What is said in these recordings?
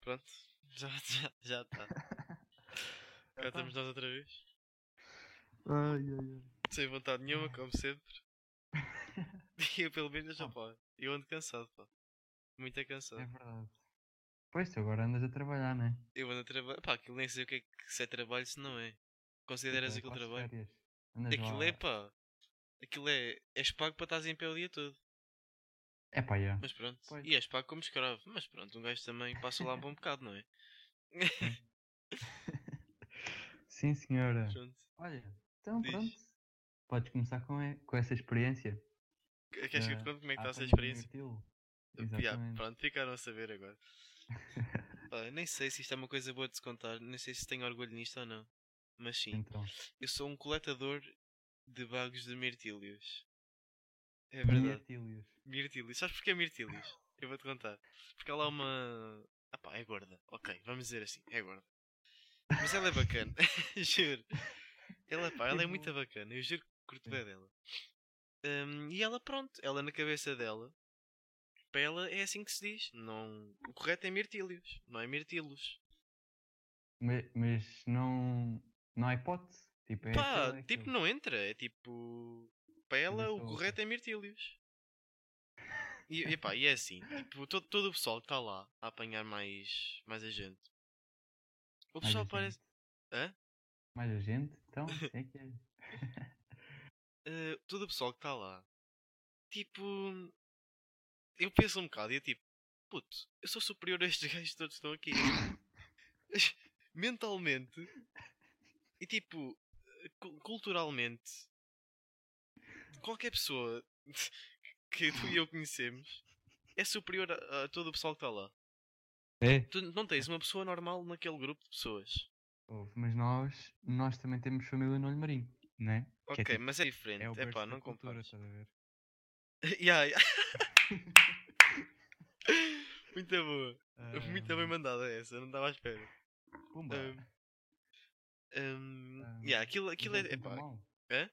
Pronto, já está. Já, já tá. Cá estamos nós outra vez. Ai, ai, ai. Sem vontade nenhuma, como sempre. E eu pelo menos já pá. Eu ando cansado, pá. Muito é É cansado. verdade. Pois, tu agora andas a trabalhar, né? Eu ando a trabalho. Pá, aquilo nem sei o que é que se é trabalho, se não é. Consideras aquilo trabalho? Aquilo é pá. Aquilo é. És pago para estás em pé o dia todo. É pá, yeah. Mas pronto. Pois. E és pago como escravo. Mas pronto, um gajo também passa lá um bom bocado, não é? Sim, senhora. Pronto. Olha, então Diz. pronto. Podes começar com, e- com essa experiência. Ah, Queres que eu te da- conte como é que à está essa Tânia experiência? Mirtilo. Ya, Exatamente. pronto, ficaram a saber agora. Pá, eu nem sei se isto é uma coisa boa de se contar, nem sei se tenho orgulho nisto ou não. Mas sim, Então, eu sou um coletador de bagos de mirtílios. É verdade. mirtílios. Mirtílios. Sabes porquê mirtílios? Eu vou-te contar. Porque há lá uma. Ah pá, é gorda. Ok, vamos dizer assim, é gorda. Mas ela é bacana, juro. Ela, pá, ela é muito bacana, eu juro que curto bem dela. Hum, e ela, pronto, ela na cabeça dela, para ela é assim que se diz. Não... O correto é mirtílios, não é mirtilos. Ma- Mas não, não há hipótese. Tipo, é Pá, aquilo, é tipo, aquilo. não entra. É tipo. Para ela, Mas o tá correto é mirtílios. E, e pá, e é assim: tipo, todo, todo o pessoal que está lá a apanhar mais, mais a gente. O Mais pessoal a parece. gente. Hã? Mais a gente, então, é que é. Ah, todo o pessoal que está lá. Tipo. Eu penso um bocado e é tipo. Puto, eu sou superior a estes gajos todos que estão aqui. Mentalmente. E tipo. cu- Culturalmente. Qualquer pessoa que tu e eu conhecemos é superior a, a todo o pessoal que está lá. É. Tu não tens uma pessoa normal naquele grupo de pessoas. Ouve, mas nós, nós também temos família no olho marinho, não é? Que Ok, é tipo, mas é diferente. é o É berço pá, da não cultura, compares. estás a ver? Ya, ya. Muito boa. Muito bem Ahm, mandada essa, não estava à espera. Pumba. Ahm, Ahm, Ah, yeah, aquilo, aquilo é. Mas assim tão Epá, mau? hã?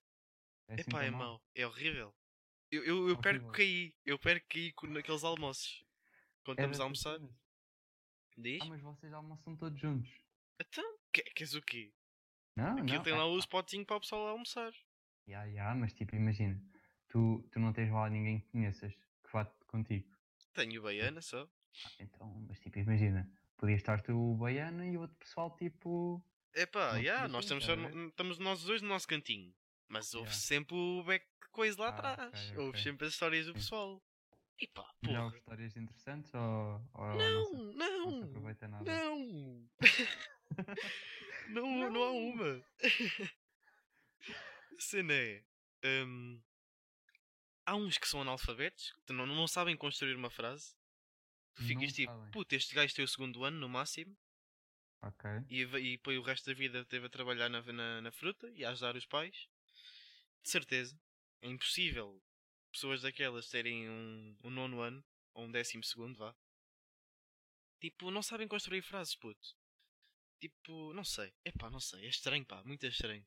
É assim epá, tão é mau? É mau, é horrível. Eu, eu, eu perco Horrível. caí, eu perco caí com- naqueles almoços. Quando É estamos dessas a almoçar, cenas. diz? Ah, mas vocês almoçam todos juntos. Então, que, queres o quê? Não, Aquilo não. tem lá é, o pá. spotzinho para o pessoal lá almoçar. Ya, ya, mas tipo, imagina, tu, tu não tens lá ninguém que conheças que vá contigo. Tenho baiana só. Ah, Então, mas tipo, imagina, podias estar tu o baiano e o outro pessoal tipo. Epá, Não, yeah, mas nós sim, estamos, tá só, a ver? no- estamos nós dois no nosso cantinho. Mas houve Yeah. sempre o back coisa lá Ah, atrás. ok, Houve ok. sempre as histórias do Sim. pessoal. E pá, Já porra. houve histórias interessantes ou. ou Não, se- não, se aproveita nada. não. não, não. há uma. A Cena é. hum, há uns que são analfabetos, que não, não sabem construir uma frase. Tu ficas Não tipo, sabem. puto, este gajo tem o segundo ano no máximo Ok. e, va- e depois o resto da vida teve a trabalhar na, na, na fruta e a ajudar os pais. De certeza. É impossível pessoas daquelas terem um, um nono ano ou um décimo segundo, vá. Tipo, não sabem construir frases, puto. Tipo, não sei. Epá, não sei. É estranho, pá. Muito estranho.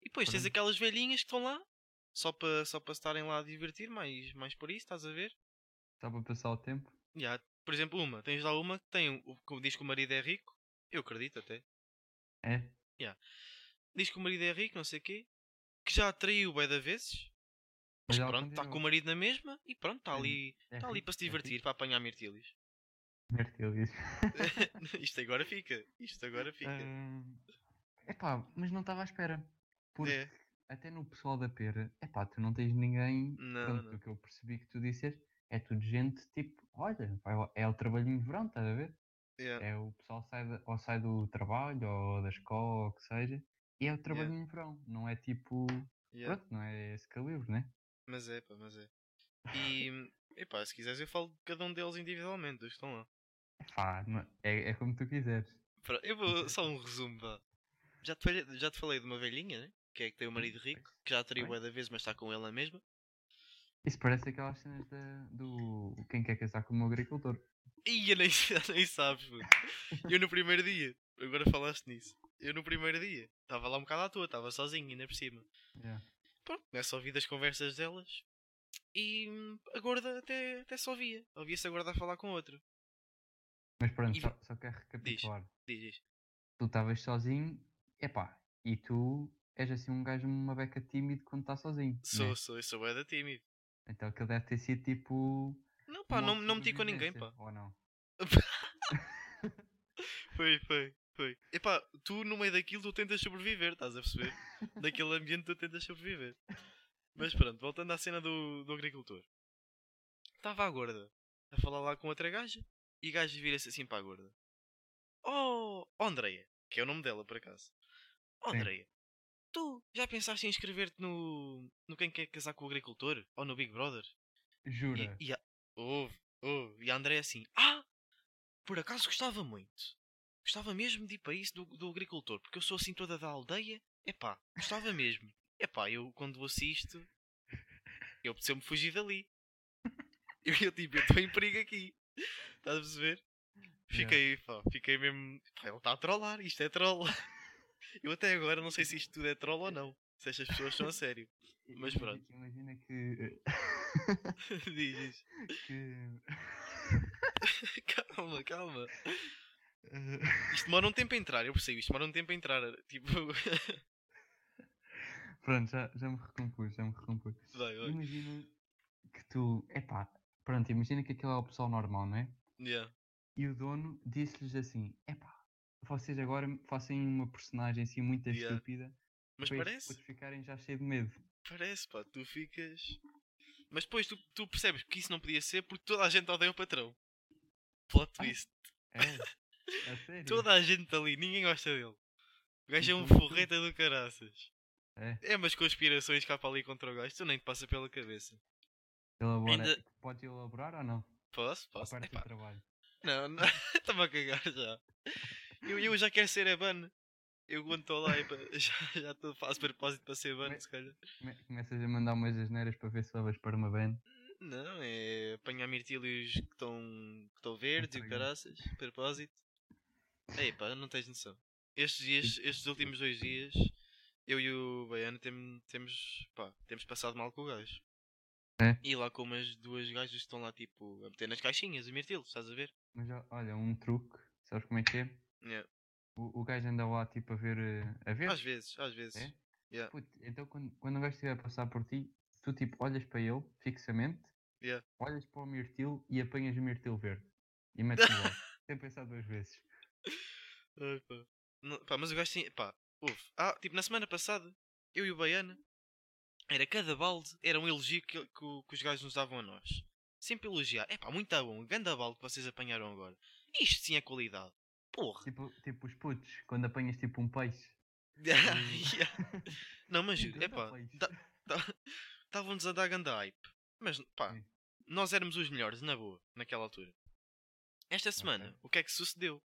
E depois tens Pronto. aquelas velhinhas que estão lá só para só para estarem lá a divertir, mais, mais por isso, estás a ver? Só para passar o tempo. E há, por exemplo, uma. Tens lá uma que tem o, que diz que o marido é rico. Eu acredito até. É. diz que o marido é rico, não sei o quê, que já atraiu o bué da vezes, mas Mas ela pronto, está com o continua. marido na mesma e pronto, está É ali, É tá ali rico, para se é divertir, rico. para apanhar mirtílios. Divertido isso. isto agora fica, isto agora fica. É pá, mas não estava à espera. Porque É, até no pessoal da pera, é pá, tu não tens ninguém. Não, pronto, não. o que eu percebi que tu disseste é tudo gente tipo, olha, vai lá- é o trabalhinho de verão, estás a ver? é. É o pessoal sai da- ou sai do trabalho ou da escola ou o que seja, e é o trabalhinho de verão, não é tipo. yeah, Pronto, não é esse calibre, né? Mas é, pá, mas é. E, epá, se quiseres eu falo de cada um deles individualmente, dos que estão lá. Pá, não- é, é como tu quiseres. Pro- Eu vou, só um resumo, pá. Já te, falei, já te falei de uma velhinha, né? Que é que tem o marido rico, que já atraiu o bué da vez, mas está com ele na mesma. Isso parece aquelas cenas da, do quem quer casar com o meu agricultor. Ia, nem, nem sabes, puto. Eu no primeiro dia, agora falaste nisso. Eu no primeiro dia, estava lá um bocado à toa, estava sozinho, ainda por cima. Yeah. Pronto, começo a ouvir das conversas delas e hum, a gorda até, até se ouvia. Ouvia-se a gorda a falar com outra. Mas pronto, E- só, só quero recapitular. Diz, diz. Tu estavas sozinho, epá, e tu és assim um gajo, uma beca tímido quando está sozinho. Sou, né? sou, eu sou bué da tímido. Então aquilo deve ter sido tipo. Não, pá, um não, modo de não meti com ninguém, pá. sobrevivência, Ou não? Foi, foi, foi. Epá, tu no meio daquilo tu tentas sobreviver, estás a perceber? Daquele ambiente tu tentas sobreviver. Mas pronto, voltando à cena do, do agricultor. Estava a gorda a falar lá com outra gaja e o gajo vira-se assim para a gorda. Oh, Andreia, que é o nome dela por acaso. Oh, Sim. Andreia, tu já pensaste em inscrever-te no, no Quem Quer Casar com o Agricultor? Ou no Big Brother? Jura? E, e a... Houve, houve. E a André assim, ah, por acaso gostava muito. Gostava mesmo de ir para isso do, do agricultor, porque eu sou assim toda da aldeia. Epá, gostava mesmo. Epá, eu quando assisto, eu preciso me fugir dali. Eu, eu tipo, eu estou em perigo aqui. Estás a perceber? Fiquei, pá, fiquei mesmo. Pá, ele está a trollar, isto é troll. Eu até agora não sei se isto tudo é troll ou não. Se estas pessoas estão a sério. mas pronto. Imagina que. Diz, diz. que. Calma, calma. Isto demora um tempo a entrar, eu percebo. Isto demora um tempo a entrar. Tipo, Pronto, já, já me recompus, já me recompus. vai, vai. Imagina que tu. Epá, pronto, imagina que aquilo é o pessoal normal, não é? Yeah. E o dono disse-lhes assim: epá, vocês agora fazem uma personagem assim muito Yeah. estúpida. Mas para eles parece, depois ficarem já cheio de medo. parece, pá, tu ficas. Mas depois tu, tu percebes que isso não podia ser porque toda a gente odeia o patrão. Plot Ah, twist. É? A sério? Toda a gente tá ali, ninguém gosta dele. O gajo é um Então, tu- forreta do caraças. É, É umas conspirações cá para ali contra o gajo, tu nem te passa pela cabeça. elabora. tipo, Ainda- Podes elaborar ou não? Posso? A Posso? parte do Epá, trabalho. Não, não. Estava a cagar já. Eu, eu já quero ser a ban. Eu quando estou lá, epa, já, já tô, faço propósito para ser ban, Mas- se calhar. Come- Começas a mandar umas asneiras para ver se levas para uma band. Não, é apanhar mirtílios que estão que estão verdes e o Estranho. caraças, propósito. Ei pá, não tens noção. Estes dias, estes últimos dois dias, eu e o Baiano tem- temos, pá, temos passado mal com o gajo. É? E lá com umas duas gajas que estão lá tipo a meter nas caixinhas, o mirtilo, estás a ver? Mas ó- olha, um truque, sabes como é que é? Yeah. O, o gajo anda lá tipo a ver. eh, A ver? Às vezes, às vezes. É? yeah. Puto, então quando, quando o gajo estiver a passar por ti, tu tipo olhas para ele fixamente, Yeah. olhas para o mirtilo e apanhas o mirtilo verde. E metes no bolso. Sem pensar duas vezes. Ai, pá. Não, pá, mas o gajo tinha. Pá, houve. Ah, tipo, na semana passada, eu e o Baiana, era cada balde, era um elogio que, que, o- que os gajos nos davam a nós. Sempre elogiar. É pá, muito tá bom, ganda balde que vocês apanharam agora. Isto sim é qualidade. Porra! Tipo, tipo os putos, quando apanhas tipo um peixe. Yeah. Não, mas Ih, juro, é ganda pá, peixe. estavam-nos a dar ganda hype. Mas pá, Sim. nós éramos os melhores, na boa, naquela altura. Esta semana, o que é que sucedeu?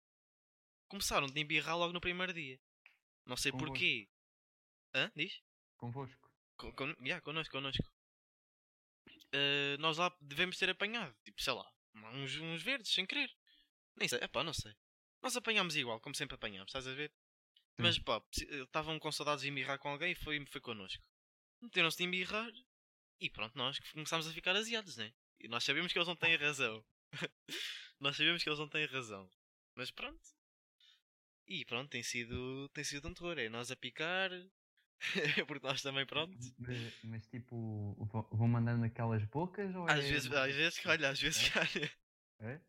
Começaram de embirrar logo no primeiro dia. Não sei Convosco. porquê. Hã? Diz? Convosco. Con, con, yeah, connosco, connosco. Ah, nós lá devemos ter apanhado, tipo, sei lá, uns, uns verdes, sem querer. Nem sei, epá, não sei. Nós apanhámos igual, como sempre apanhámos, estás a ver? Sim. Mas pá, preci- eh, estavam com saudades de embirrar com alguém e foi, foi connosco. Meteram-se de embirrar e pronto, nós começámos a ficar aziados, né? E nós sabemos que eles não têm razão. nós sabemos que eles não têm razão. Mas pronto. E pronto, tem sido, tem sido um terror. É nós a picar, é porque nós também, pronto. Mas, mas, tipo, vo- vão mandando aquelas bocas ou Às é vezes, uma- às vezes calha, às vezes calha. É?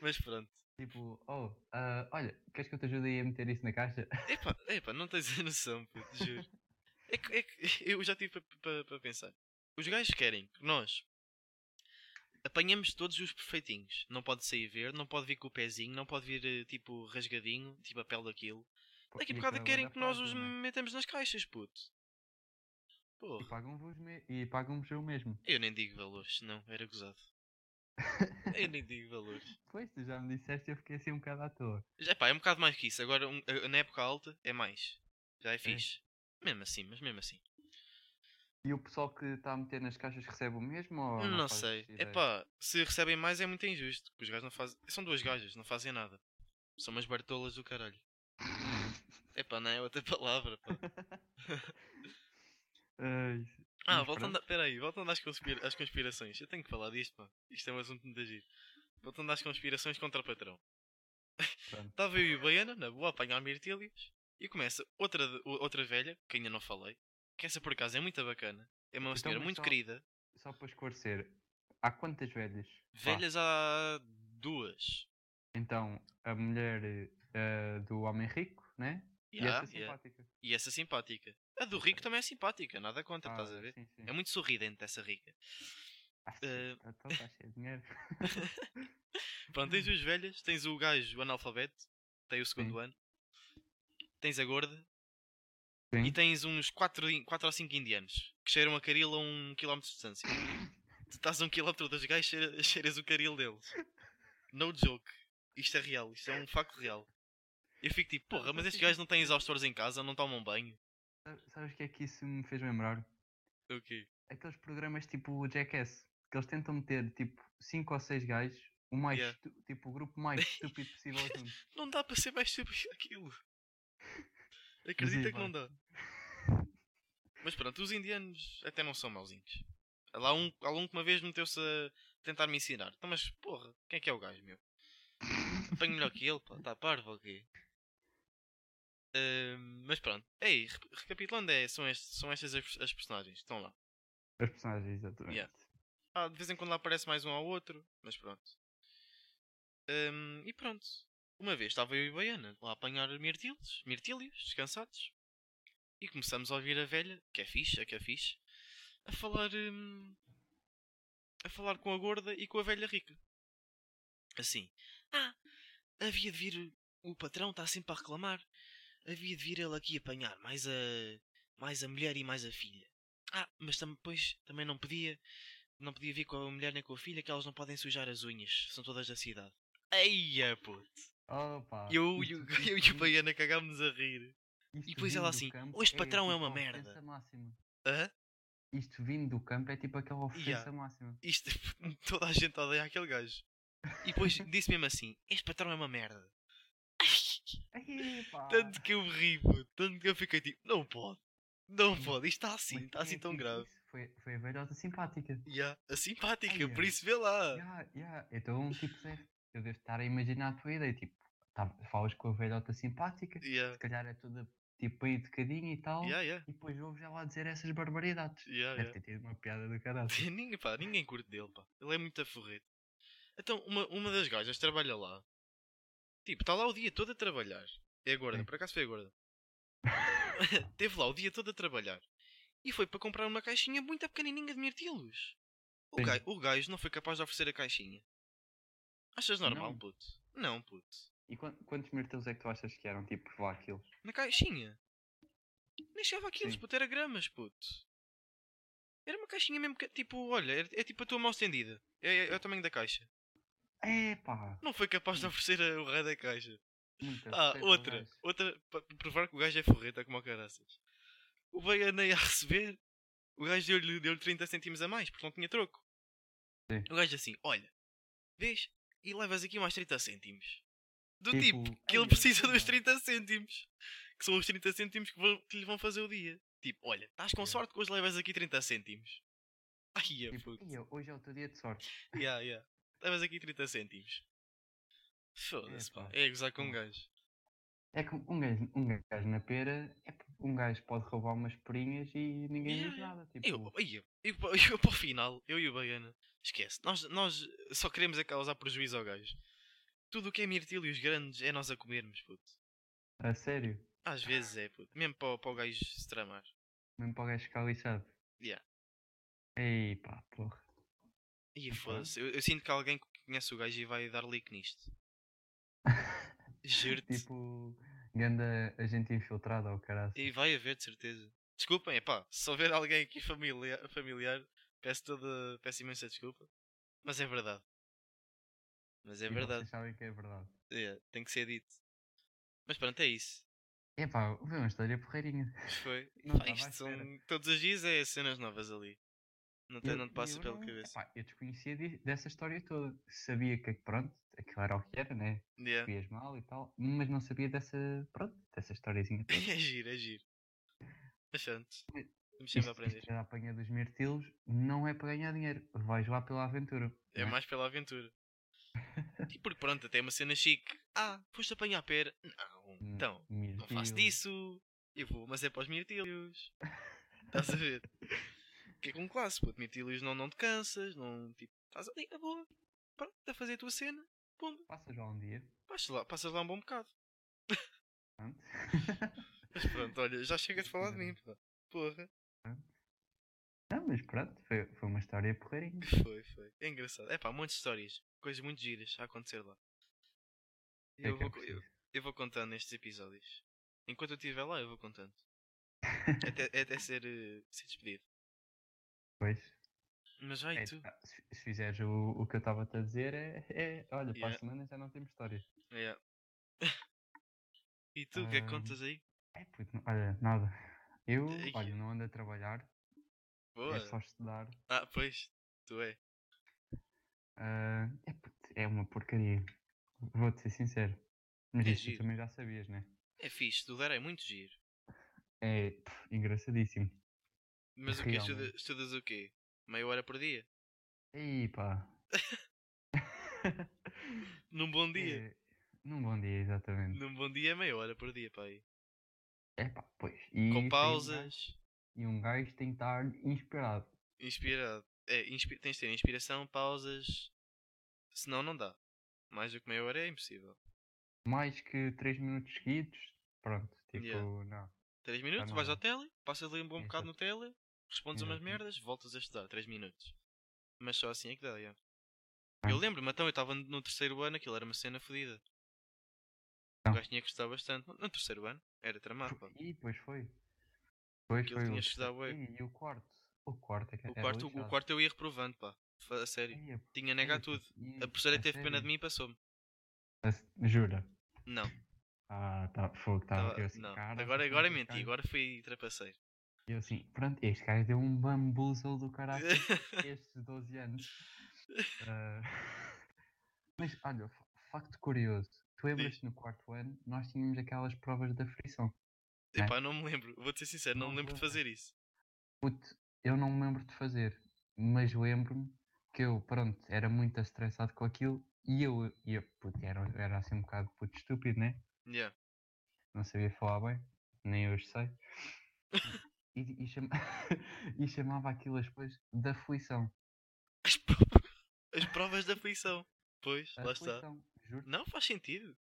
Mas pronto. Tipo, oh, ah, olha, queres que eu te ajude aí a meter isso na caixa? Epá, epá, não tens a noção, puto, juro. É que, é que eu já tive para pensar. Os gajos querem que nós apanhamos todos os perfeitinhos. Não pode sair verde, não pode vir com o pezinho, não pode vir eh, tipo rasgadinho, tipo a pele daquilo. Pô, Daqui a e bocado aquela querem banda que nós faz, os não é? metamos nas caixas, puto. E Porra, pagam-vos me... e pagam-vos eu mesmo. eu nem digo valores, não, era gozado. Eu nem digo valores. Pois, tu já me disseste eu fiquei assim um bocado à toa. Já, pá, é um bocado mais que isso. Agora, um- a- na época alta, é mais. Já é fixe. Mesmo assim, mas mesmo assim. E o pessoal que está a meter nas caixas recebe o mesmo ou não fazes sei. ideia? É pá, se recebem mais é muito injusto. Porque os gajos não fazem. São duas gajas, não fazem nada. São umas bartolas do caralho. É pá, não é outra palavra, pá. Ai, Ah, Mas voltando, a, peraí, voltando às, conspira- às conspirações. Eu tenho que falar disto, pá. Isto é um assunto muito giro. Voltando às conspirações contra o patrão. Pronto. Estava eu e o Baiana, na boa, a apanhar mirtílios. E começa outra, de- o- outra velha, que ainda não falei. Que essa por acaso é muito bacana. É uma Então, senhora mas muito só- querida. Só para esclarecer, há quantas velhas? Vá. Velhas há duas. Então, a mulher eh, do homem rico, né? Ya, e ya. esta simpática. é simpática. A do rico também é simpática, nada contra, Ah, estás a ver? Sim, sim. É muito sorridente essa rica. Ah, eh, tá- tá- tá cheio de dinheiro. Pronto, tens os velhas, tens o gajo o analfabeto, tem o segundo Hum. Sim. ano. Tens a gorda. Sim. E tens uns 4, quatro ou 5 indianos que cheiram a caril a um quilómetro de distância. tu estás a um quilómetro dos gajos, cheira- cheiras o caril deles. No joke. Isto é real, isto é um facto real. Eu fico tipo, porra, mas estes gajos não têm exaustores em casa, não tomam banho. Sa- Sabes o que é que isso me fez lembrar? O quê? Aqueles programas tipo o Jackass, que eles tentam meter tipo 5 ou 6 gajos, o mais Yeah. estu- tipo o grupo mais estúpido possível junto. Não dá para ser mais estúpido que aquilo. Acredita que pá. não dá. Mas pronto, os indianos até não são mauzinhos. Há Lá um, há lá um que uma vez meteu-se a tentar me ensinar. Então, mas porra, quem é que é o gajo, meu? Apanho melhor que ele, pá, está parvo ou quê? Ahm, mas pronto, ei, re- recapitulando, é, são, estes- são estas as, as personagens que estão lá. As personagens, exatamente. Yeah. Ah, de vez em quando lá aparece mais um ao outro, mas pronto. Ahm, e pronto. Uma vez estava eu e Baiana lá a apanhar mirtílios, mirtílios, descansados. E começamos a ouvir a velha, que é fixe, a que é fixe, a falar. hum, a falar com a gorda e com a velha rica. Assim. Ah, havia de vir. O patrão está sempre a reclamar. Havia de vir ele aqui apanhar mais a. mais a mulher e mais a filha. Ah, mas tam- pois, também não podia não podia vir com a mulher nem com a filha, que elas não podem sujar as unhas, são todas da cidade. Eia, puto! Opa, E eu, isto- eu, eu isto e o vindo- Baiana cagámos a rir. isto depois ela vindo do assim, campo "Oh, este patrão é tipo uma a merda." ofensa máxima. Hã? Isto vindo do campo é tipo aquela ofensa Yeah. máxima. Isto, toda a gente odeia aquele gajo. E depois disse mesmo assim: Este patrão é uma merda. Ai, pá. Tanto que eu me ri, puto. Tanto que eu fiquei tipo: Não pode, não pode, isto está assim, Mas está quem assim é que tão disse grave. isso? Foi, foi a velhota simpática. Ya, a simpática, Eia. por isso vê lá. Ya, ya, Então, tipo, Zé, eu devo estar a imaginar a tua ideia. Tipo, tá- falas com a velhota simpática, Ya, se calhar é toda tipo aí de cadinho e tal, ya, ya, e depois ouves ela dizer essas barbaridades. ya, ya. Deve ter tido uma piada do caralho. ninguém, pá, ninguém curte dele, pá. Ele é muito aforrete. Então, uma, uma das gajas trabalha lá. Tipo, está lá o dia todo a trabalhar. É a gorda, Sim. por acaso foi a gorda. Teve lá o dia todo a trabalhar. E foi para comprar uma caixinha muito pequenininha de mirtilos. O, Sim. gai- o gajo não foi capaz de oferecer a caixinha. Achas normal, Não. puto? Não, puto. E quan- quantos mirtelos é que tu achas que eram, tipo, lá aquilo? Na caixinha. Nem chegava aquilo, Sim. puto, era gramas, puto. Era uma caixinha mesmo que, tipo, olha, é, é tipo a tua mão estendida. É, é, é o tamanho da caixa. É pá! Não foi capaz de oferecer a- o rei da caixa. Muita Ah, respeito ao outra. gajo. Outra, para provar que o gajo é forreta como o caraças. O Baiana ia receber, o gajo deu-lhe deu 30 cêntimos a mais, porque não tinha troco. Sim. O gajo assim, olha, vês, e levas aqui mais 30 cêntimos. Do Tipo, tipo, que ele "Ei, precisa olha." dos 30 cêntimos. Que são os 30 cêntimos que, vão- que lhe vão fazer o dia. Tipo, olha, estás com Yeah. sorte que hoje levas aqui 30 cêntimos. Ai, é Tipo, puto. "Ia, hoje é o teu dia de sorte. Ya, ya. Levas aqui 30 cêntimos. Foda-se, pá. Epá. É a gozar com um Hum. gajo. É que um gajo, um gajo na pera, é que um gajo pode roubar umas perinhas e ninguém Ya, diz ya. nada. Tipo, Eu, eu, eu, pa- eu para o final, eu e o Baiana, esquece. Nós, nós só queremos é causar prejuízo ao gajo. Tudo o que é mirtilo e os grandes é nós a comermos, puto. a sério, Às vezes é, puto. Mesmo para, o- para o gajo se tramar. mesmo para o gajo ficar lixado. Ya. Ei pá, porra. E Muito foda-se. Eu, eu sinto que alguém que conhece o gajo e vai dar like nisto. Juro-te. Tipo, ganda agente infiltrada ao caralho. E é vai haver, de certeza. Desculpem, epá, se houver alguém aqui familiar, familiar peço, toda, peço imensa desculpa. Mas é verdade. Mas é E verdade. Vocês sabem que é verdade. É, tem que ser dito. Mas pronto, é isso. É pá, foi uma história porreirinha. Isto Foi. Não Pá, estava à isto são- espera. Todos os dias é cenas novas ali. Não, tem, Eu- não te passa eu pela não- cabeça. epá, eu desconhecia de- dessa história toda. Sabia que, pronto, aquilo era o que era, né? Yeah. Vias mal e tal, mas não sabia dessa, pronto, dessa historiazinha toda. é giro, é giro. Mas pronto. Mas Estamos sempre a é Isto- isto aprender. era a apanha dos mirtilos, não é para ganhar dinheiro. Vais lá pela aventura. É né? mais pela aventura. E porque pronto, até é uma cena chique. Ah, foste apanhar pera. Não, Hum, então, não faço disso. Eu vou, mas é para os mirtílios. Estás a ver? Que é com classe, puto. Mirtílios não, não te cansas, não. Tipo, estás ali, a boa. Pronto, a fazer a tua cena. Pumba. Passas lá um dia. Passas lá, passas lá um bom bocado. Pronto. Mas pronto, olha, já chega de falar de mim, pá. Porra. Não, mas pronto, foi, foi uma história porreirinha. Foi, foi. É engraçado. É pá, montes de histórias. Coisas muito giras a acontecer lá. E É eu, que é vou, co- eu, preciso. eu vou contando nestes episódios. Enquanto eu estiver lá, eu vou contando. até, até ser, eh, ser despedido. Pois. Mas vai É, tu. tá, se, se fizeres o, o que eu estava a te dizer, é, é, olha, para Yeah. a semana já não temos histórias. Yeah. É. e tu, o que é que Ahm, contas aí? É, puto, não- olha, nada. Eu, Ei. olha, não ando a trabalhar, É Boa. é só estudar. Ah, pois. Tu é. Ah, é, puto, é uma porcaria. Vou-te ser sincero. Mas É isso tu giro. também já sabias, né? É fixe, estudar é muito giro. É pff, engraçadíssimo. Mas o que Realmente. estudas, estudas o quê? Meia hora por dia? E pá. Num bom dia. É, num bom dia, exatamente. Num bom dia é meia hora por dia, pai. É pá, pois. E tem um Com gajo- pausas. E um gajo tem que estar inspirado. Inspirado. É, inspi- tens de ter inspiração, pausas. Senão não dá. Mais do que meia hora é impossível. Mais que 3 minutos seguidos, pronto, tipo, Yeah. não. 3 minutos, Ah, não vais dá. ao tele, passas ali um bom bocado no tele, respondes umas Exato. merdas, voltas a estudar 3 minutos. Mas só assim é que dá, yeah. Ah. Eu lembro-me, então eu estava no terceiro ano, aquilo era uma cena fodida. O Então. gajo tinha que estudar bastante. No terceiro ano, era tramado, pá. E depois foi. Depois Aquilo foi tinha o estudado bué. terceiro. E o quarto? O quarto é que O era quarto, o lixado. quarto eu ia reprovando, pá. Fa- A sério. Ia, Tinha negar puto, tudo. ia, A professora a teve pena de sério? mim e passou-me. A se- Jura? Não. Ah, tá, fogo, estava Tava- eu assim, não. cara, agora mas agora este menti, gajo- agora fui trapaceiro. Eu assim, pronto, este gajo deu um bambuzel do caralho estes 12 anos. Ah, Mas olha, fa- facto curioso, tu lembras-te no quarto ano, nós tínhamos aquelas provas da frição. Epá, não me lembro. Vou-te ser sincero, não Tá. Não me lembro de lembro. fazer isso. Puto, eu não me lembro de fazer, mas lembro-me que eu, pronto, era muito estressado com aquilo e eu, e eu puto, era, era assim um bocado puto estúpido, né? Yeah. Não sabia falar bem, nem hoje sei. E, e cham- e chamava aquilo as coisas da aflição. As, pro- as provas da aflição. Ah, Pois, lá está. Aflição, juro. Não faz sentido.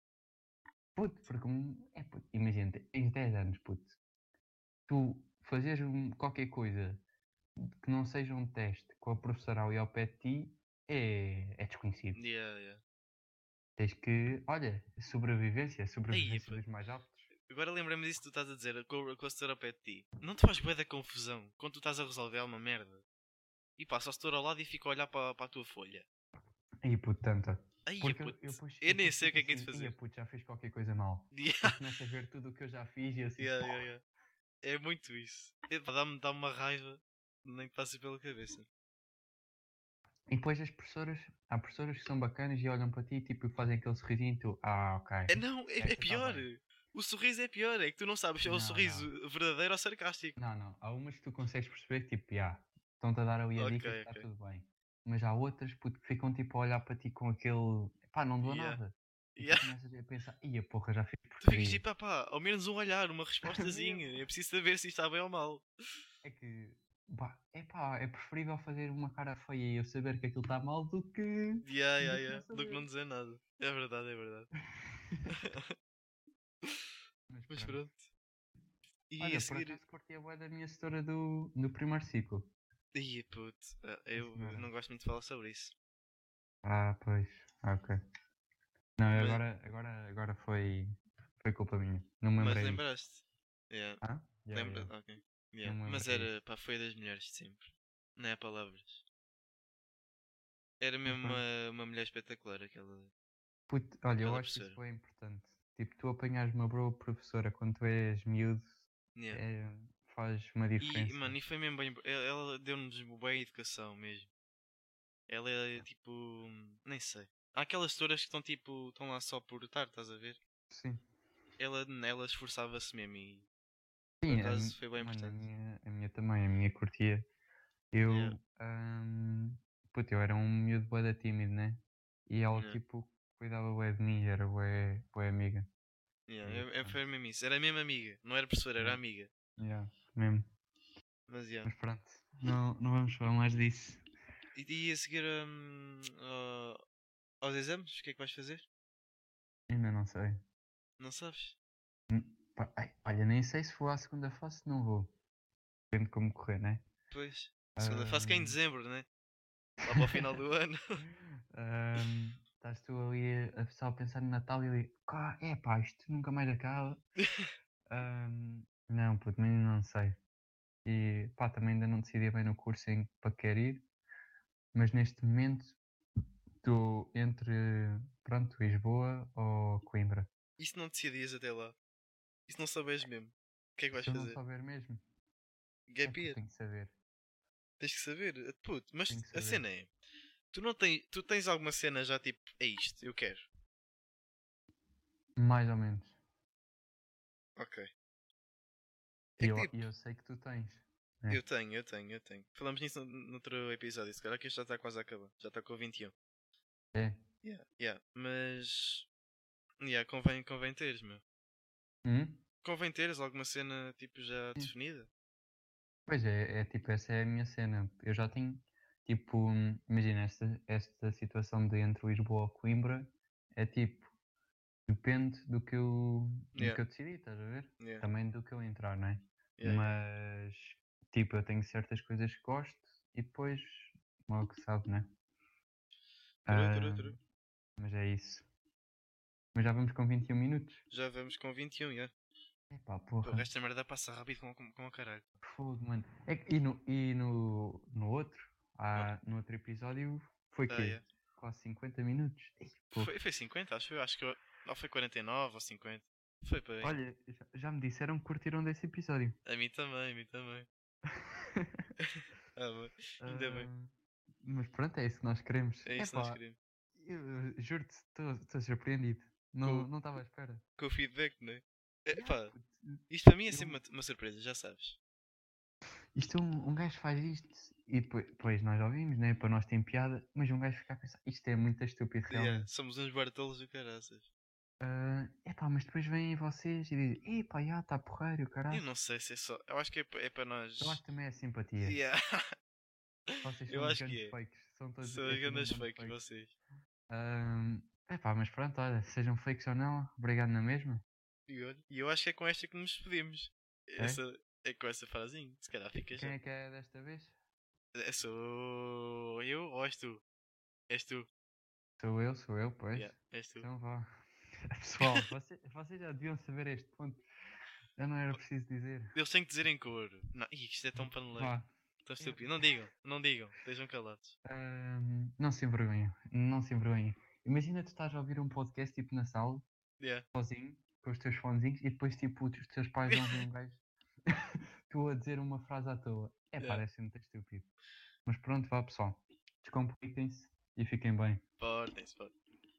então, Puto, porque um- é puto, imagina, tens 10 anos, puto. Tu fazeres um- qualquer coisa que não seja um teste com a professora ali ao pé de ti é, é desconhecido. Yeah, yeah. Tens que. Olha, sobrevivência, sobrevivência pá. dos mais aptos. Agora lembrei-me disso que tu estás a dizer com, a- com a setora ao pé de ti. Não te faz bué da confusão quando tu estás a resolver alguma merda. E passa a setora ao lado e fica a olhar para para a tua folha. E puto, tanta. Ai, Porque puto, eu, eu, depois- nem depois sei o que é fico que é de assim, fazer. "Ia, puto, já fiz qualquer coisa mal. Yeah, E começo a ver tudo o que eu já fiz e assim. yeah, pá, yeah, yeah. É muito isso. Epá, Dá-me dá uma raiva. Nem que passa pela cabeça. E depois as professoras. Há professoras que são bacanas e olham para ti e tipo, fazem aquele sorrisinho e tu. Ah, ok. É, não, é, Essa é tá pior. bem. O sorriso é pior. É que tu não sabes se é o Não, sorriso verdadeiro ou sarcástico. Não, não. Há umas que tu consegues perceber que tipo, já. Estão-te a dar ali a Ok, dica que está ok. tudo bem. Mas há outras puto, que ficam tipo a olhar para ti com aquele. Pá, não dou Yeah. nada. E Yeah. tu começas a pensar, ia porra, já fiz Tu ficas porcaria." tipo, ah pá, ao menos um olhar, uma respostazinha. É preciso saber se isto está bem ou mal. É que, pá, é pá, é preferível fazer uma cara feia e eu saber que aquilo está mal do que. Yeah, yeah, Do que yeah. não Do que não saber. dizer nada. É verdade, é verdade. Mas pronto. E Olha, a por seguir. acaso cortei a boia da minha setora do, do primeiro ciclo. Ia puto. Ah, Eu senhora. não gosto muito de falar sobre isso. Ah, pois, ok. Não, Mas- agora, agora, agora foi, foi culpa minha. Não me Mas lembrei. disso. lembraste? Yeah. Hã? Já, Lembra? já. Ok. Yeah, me lembro Mas disso. era, pá, foi das mulheres de sempre. Não é palavras. Era mesmo pronto. uma, uma mulher espetacular aquela. ali. Puto, olha, eu Aquela acho que isso professora. foi importante. Tipo, tu apanhares uma boa professora quando tu és miúdo, Yeah. é, faz uma diferença. E, mano, e foi mesmo bem. Ela, ela deu-nos bem educação mesmo. Ela é tipo. Nem sei. Há aquelas senhoras que estão tipo. estão lá só por estar, estás a ver? Sim. Ela, ela esforçava-se mesmo e. Sim, a acaso mi- foi bem mano, importante. A minha, a minha também, a minha curtia. Eu. hum, Yeah. ahm, puto, eu era um miúdo boeda tímido, né? E ela, Yeah. tipo, cuidava bué de mim, era bué, bué amiga. Yeah, Yeah, é, é, foi mesmo isso. Era a mesma amiga. Não era professora, era Yeah. amiga. Yeah, mesmo. Mas yeah. Mas pronto, não, não vamos falar mais disso. E, e a seguir hum, ao- aos exames? O que é que vais fazer? Ainda não sei. Não sabes? Pá, ai, olha, nem sei se vou à segunda fase, se não vou. Depende de como correr, né? Pois. A segunda fase que é em Ahm. dezembro, né? Lá para o final do ano. Ahm, Estás tu ali a pessoa a pensar no Natal e ali, "Cá, é pá, isto nunca mais acaba. Ahm, não, puto, nem não sei. E pá, também ainda não decidi bem no curso em que para que quero ir, mas neste momento estou entre, pronto, Lisboa ou Coimbra. E se não decidias até lá? E se não sabes mesmo? O que é que vais Se eu não fazer? souber mesmo, é Gap porque year? tenho que saber. Tens que saber. Eh, Puto, mas Tenho que a saber. cena é. Tu não tens. Tu tens alguma cena já tipo. É isto, eu quero. Mais ou menos. Ok. E É que eu, tipo, e eu sei que tu tens. é. eu tenho, eu tenho, eu tenho. Falamos nisso no, noutro episódio, se calhar que este já está quase a acabar. Já está com 21. É. Yeah, um. yeah. Mas. Yeah, convém, convém teres, meu. Hum? Convém teres alguma cena tipo já definida? Pois é, é tipo, essa é a minha cena. Eu já tenho, tipo, hum, imagina, esta, esta situação de entre Lisboa ou Coimbra é tipo, depende do que eu, do Yeah. que eu decidi, estás a ver? Yeah, Também do que eu entrar, não é? yeah, yeah. Mas, tipo, eu tenho certas coisas que gosto e depois, mal que sabe, não é? True, true, Ah, true. Mas é isso. Mas já vamos com 21 minutos? Já vamos com 21, yeah. Epá, Pô, porra. esta merda passa rápido como, como, como o caralho. Fogo, mano. É que- e no, e no, no outro, ah, no outro episódio, foi Ah, quê? yeah. Quase 50 minutos. Ei, pô. Foi, foi 50, acho eu. Acho que eu, ou foi 49 ou 50. Foi para aí. Olha, já, já me disseram que curtiram desse episódio. A mim também, a mim também. Ah, bem. Ainda bem. Ah, Mas pronto, é isso que nós queremos. É isso que nós Epá, queremos. eu, eh, Juro-te, estou surpreendido. Não Com- não estava à espera. Com o feedback, não é? É, Yeah, pá, puto, isto para mim é eu- sempre uma, uma surpresa, já sabes. Isto é um, um gajo faz isto e depois, depois nós ouvimos, né? Para nós tem piada, mas um gajo fica a pensar, isto é muito estúpido realmente. Yeah, somos uns bartolos do caraças. Ah, epá, mas depois vêm vocês e dizem, epá, já está porreiro, caralho. Eu não sei se é só. Eu acho que é, pa- é para nós. Ah. Eu acho que também é simpatia. Yeah. Vocês eu são acho que grandes é. fakes. São todos São é tudo um grandes bando de fakes vocês. Ahm, epá, mas pronto, olha, sejam fakes ou não, obrigado na mesma. E olha, e eu acho que é com esta que nos despedimos. É? Essa, é com essa frasinha. Se calhar fica já. Quem é que é desta vez? É, Sou eu ou és tu? És tu. Sou eu, sou eu, pois. Yeah, és tu. Então vá. Pessoal, vocês, vocês já deviam saber este ponto. Já não era preciso dizer. Eles têm que dizer em cor. Não, ih, isto é tão paneleiro. Vá. É. Tão estúpido. Não digam, não digam. Estejam calados. Ahm, não se envergonhem, não se envergonhem. Imagina tu estás a ouvir um podcast tipo na sala, Yeah. sozinho, com os teus fonezinhos, e depois tipo os teus pais vão ver um gajo tu a dizer uma frase à toa. É Yeah. parece muito estúpido. Mas pronto, vá pessoal. Descompliquem-se e fiquem bem. Portem-se, portem.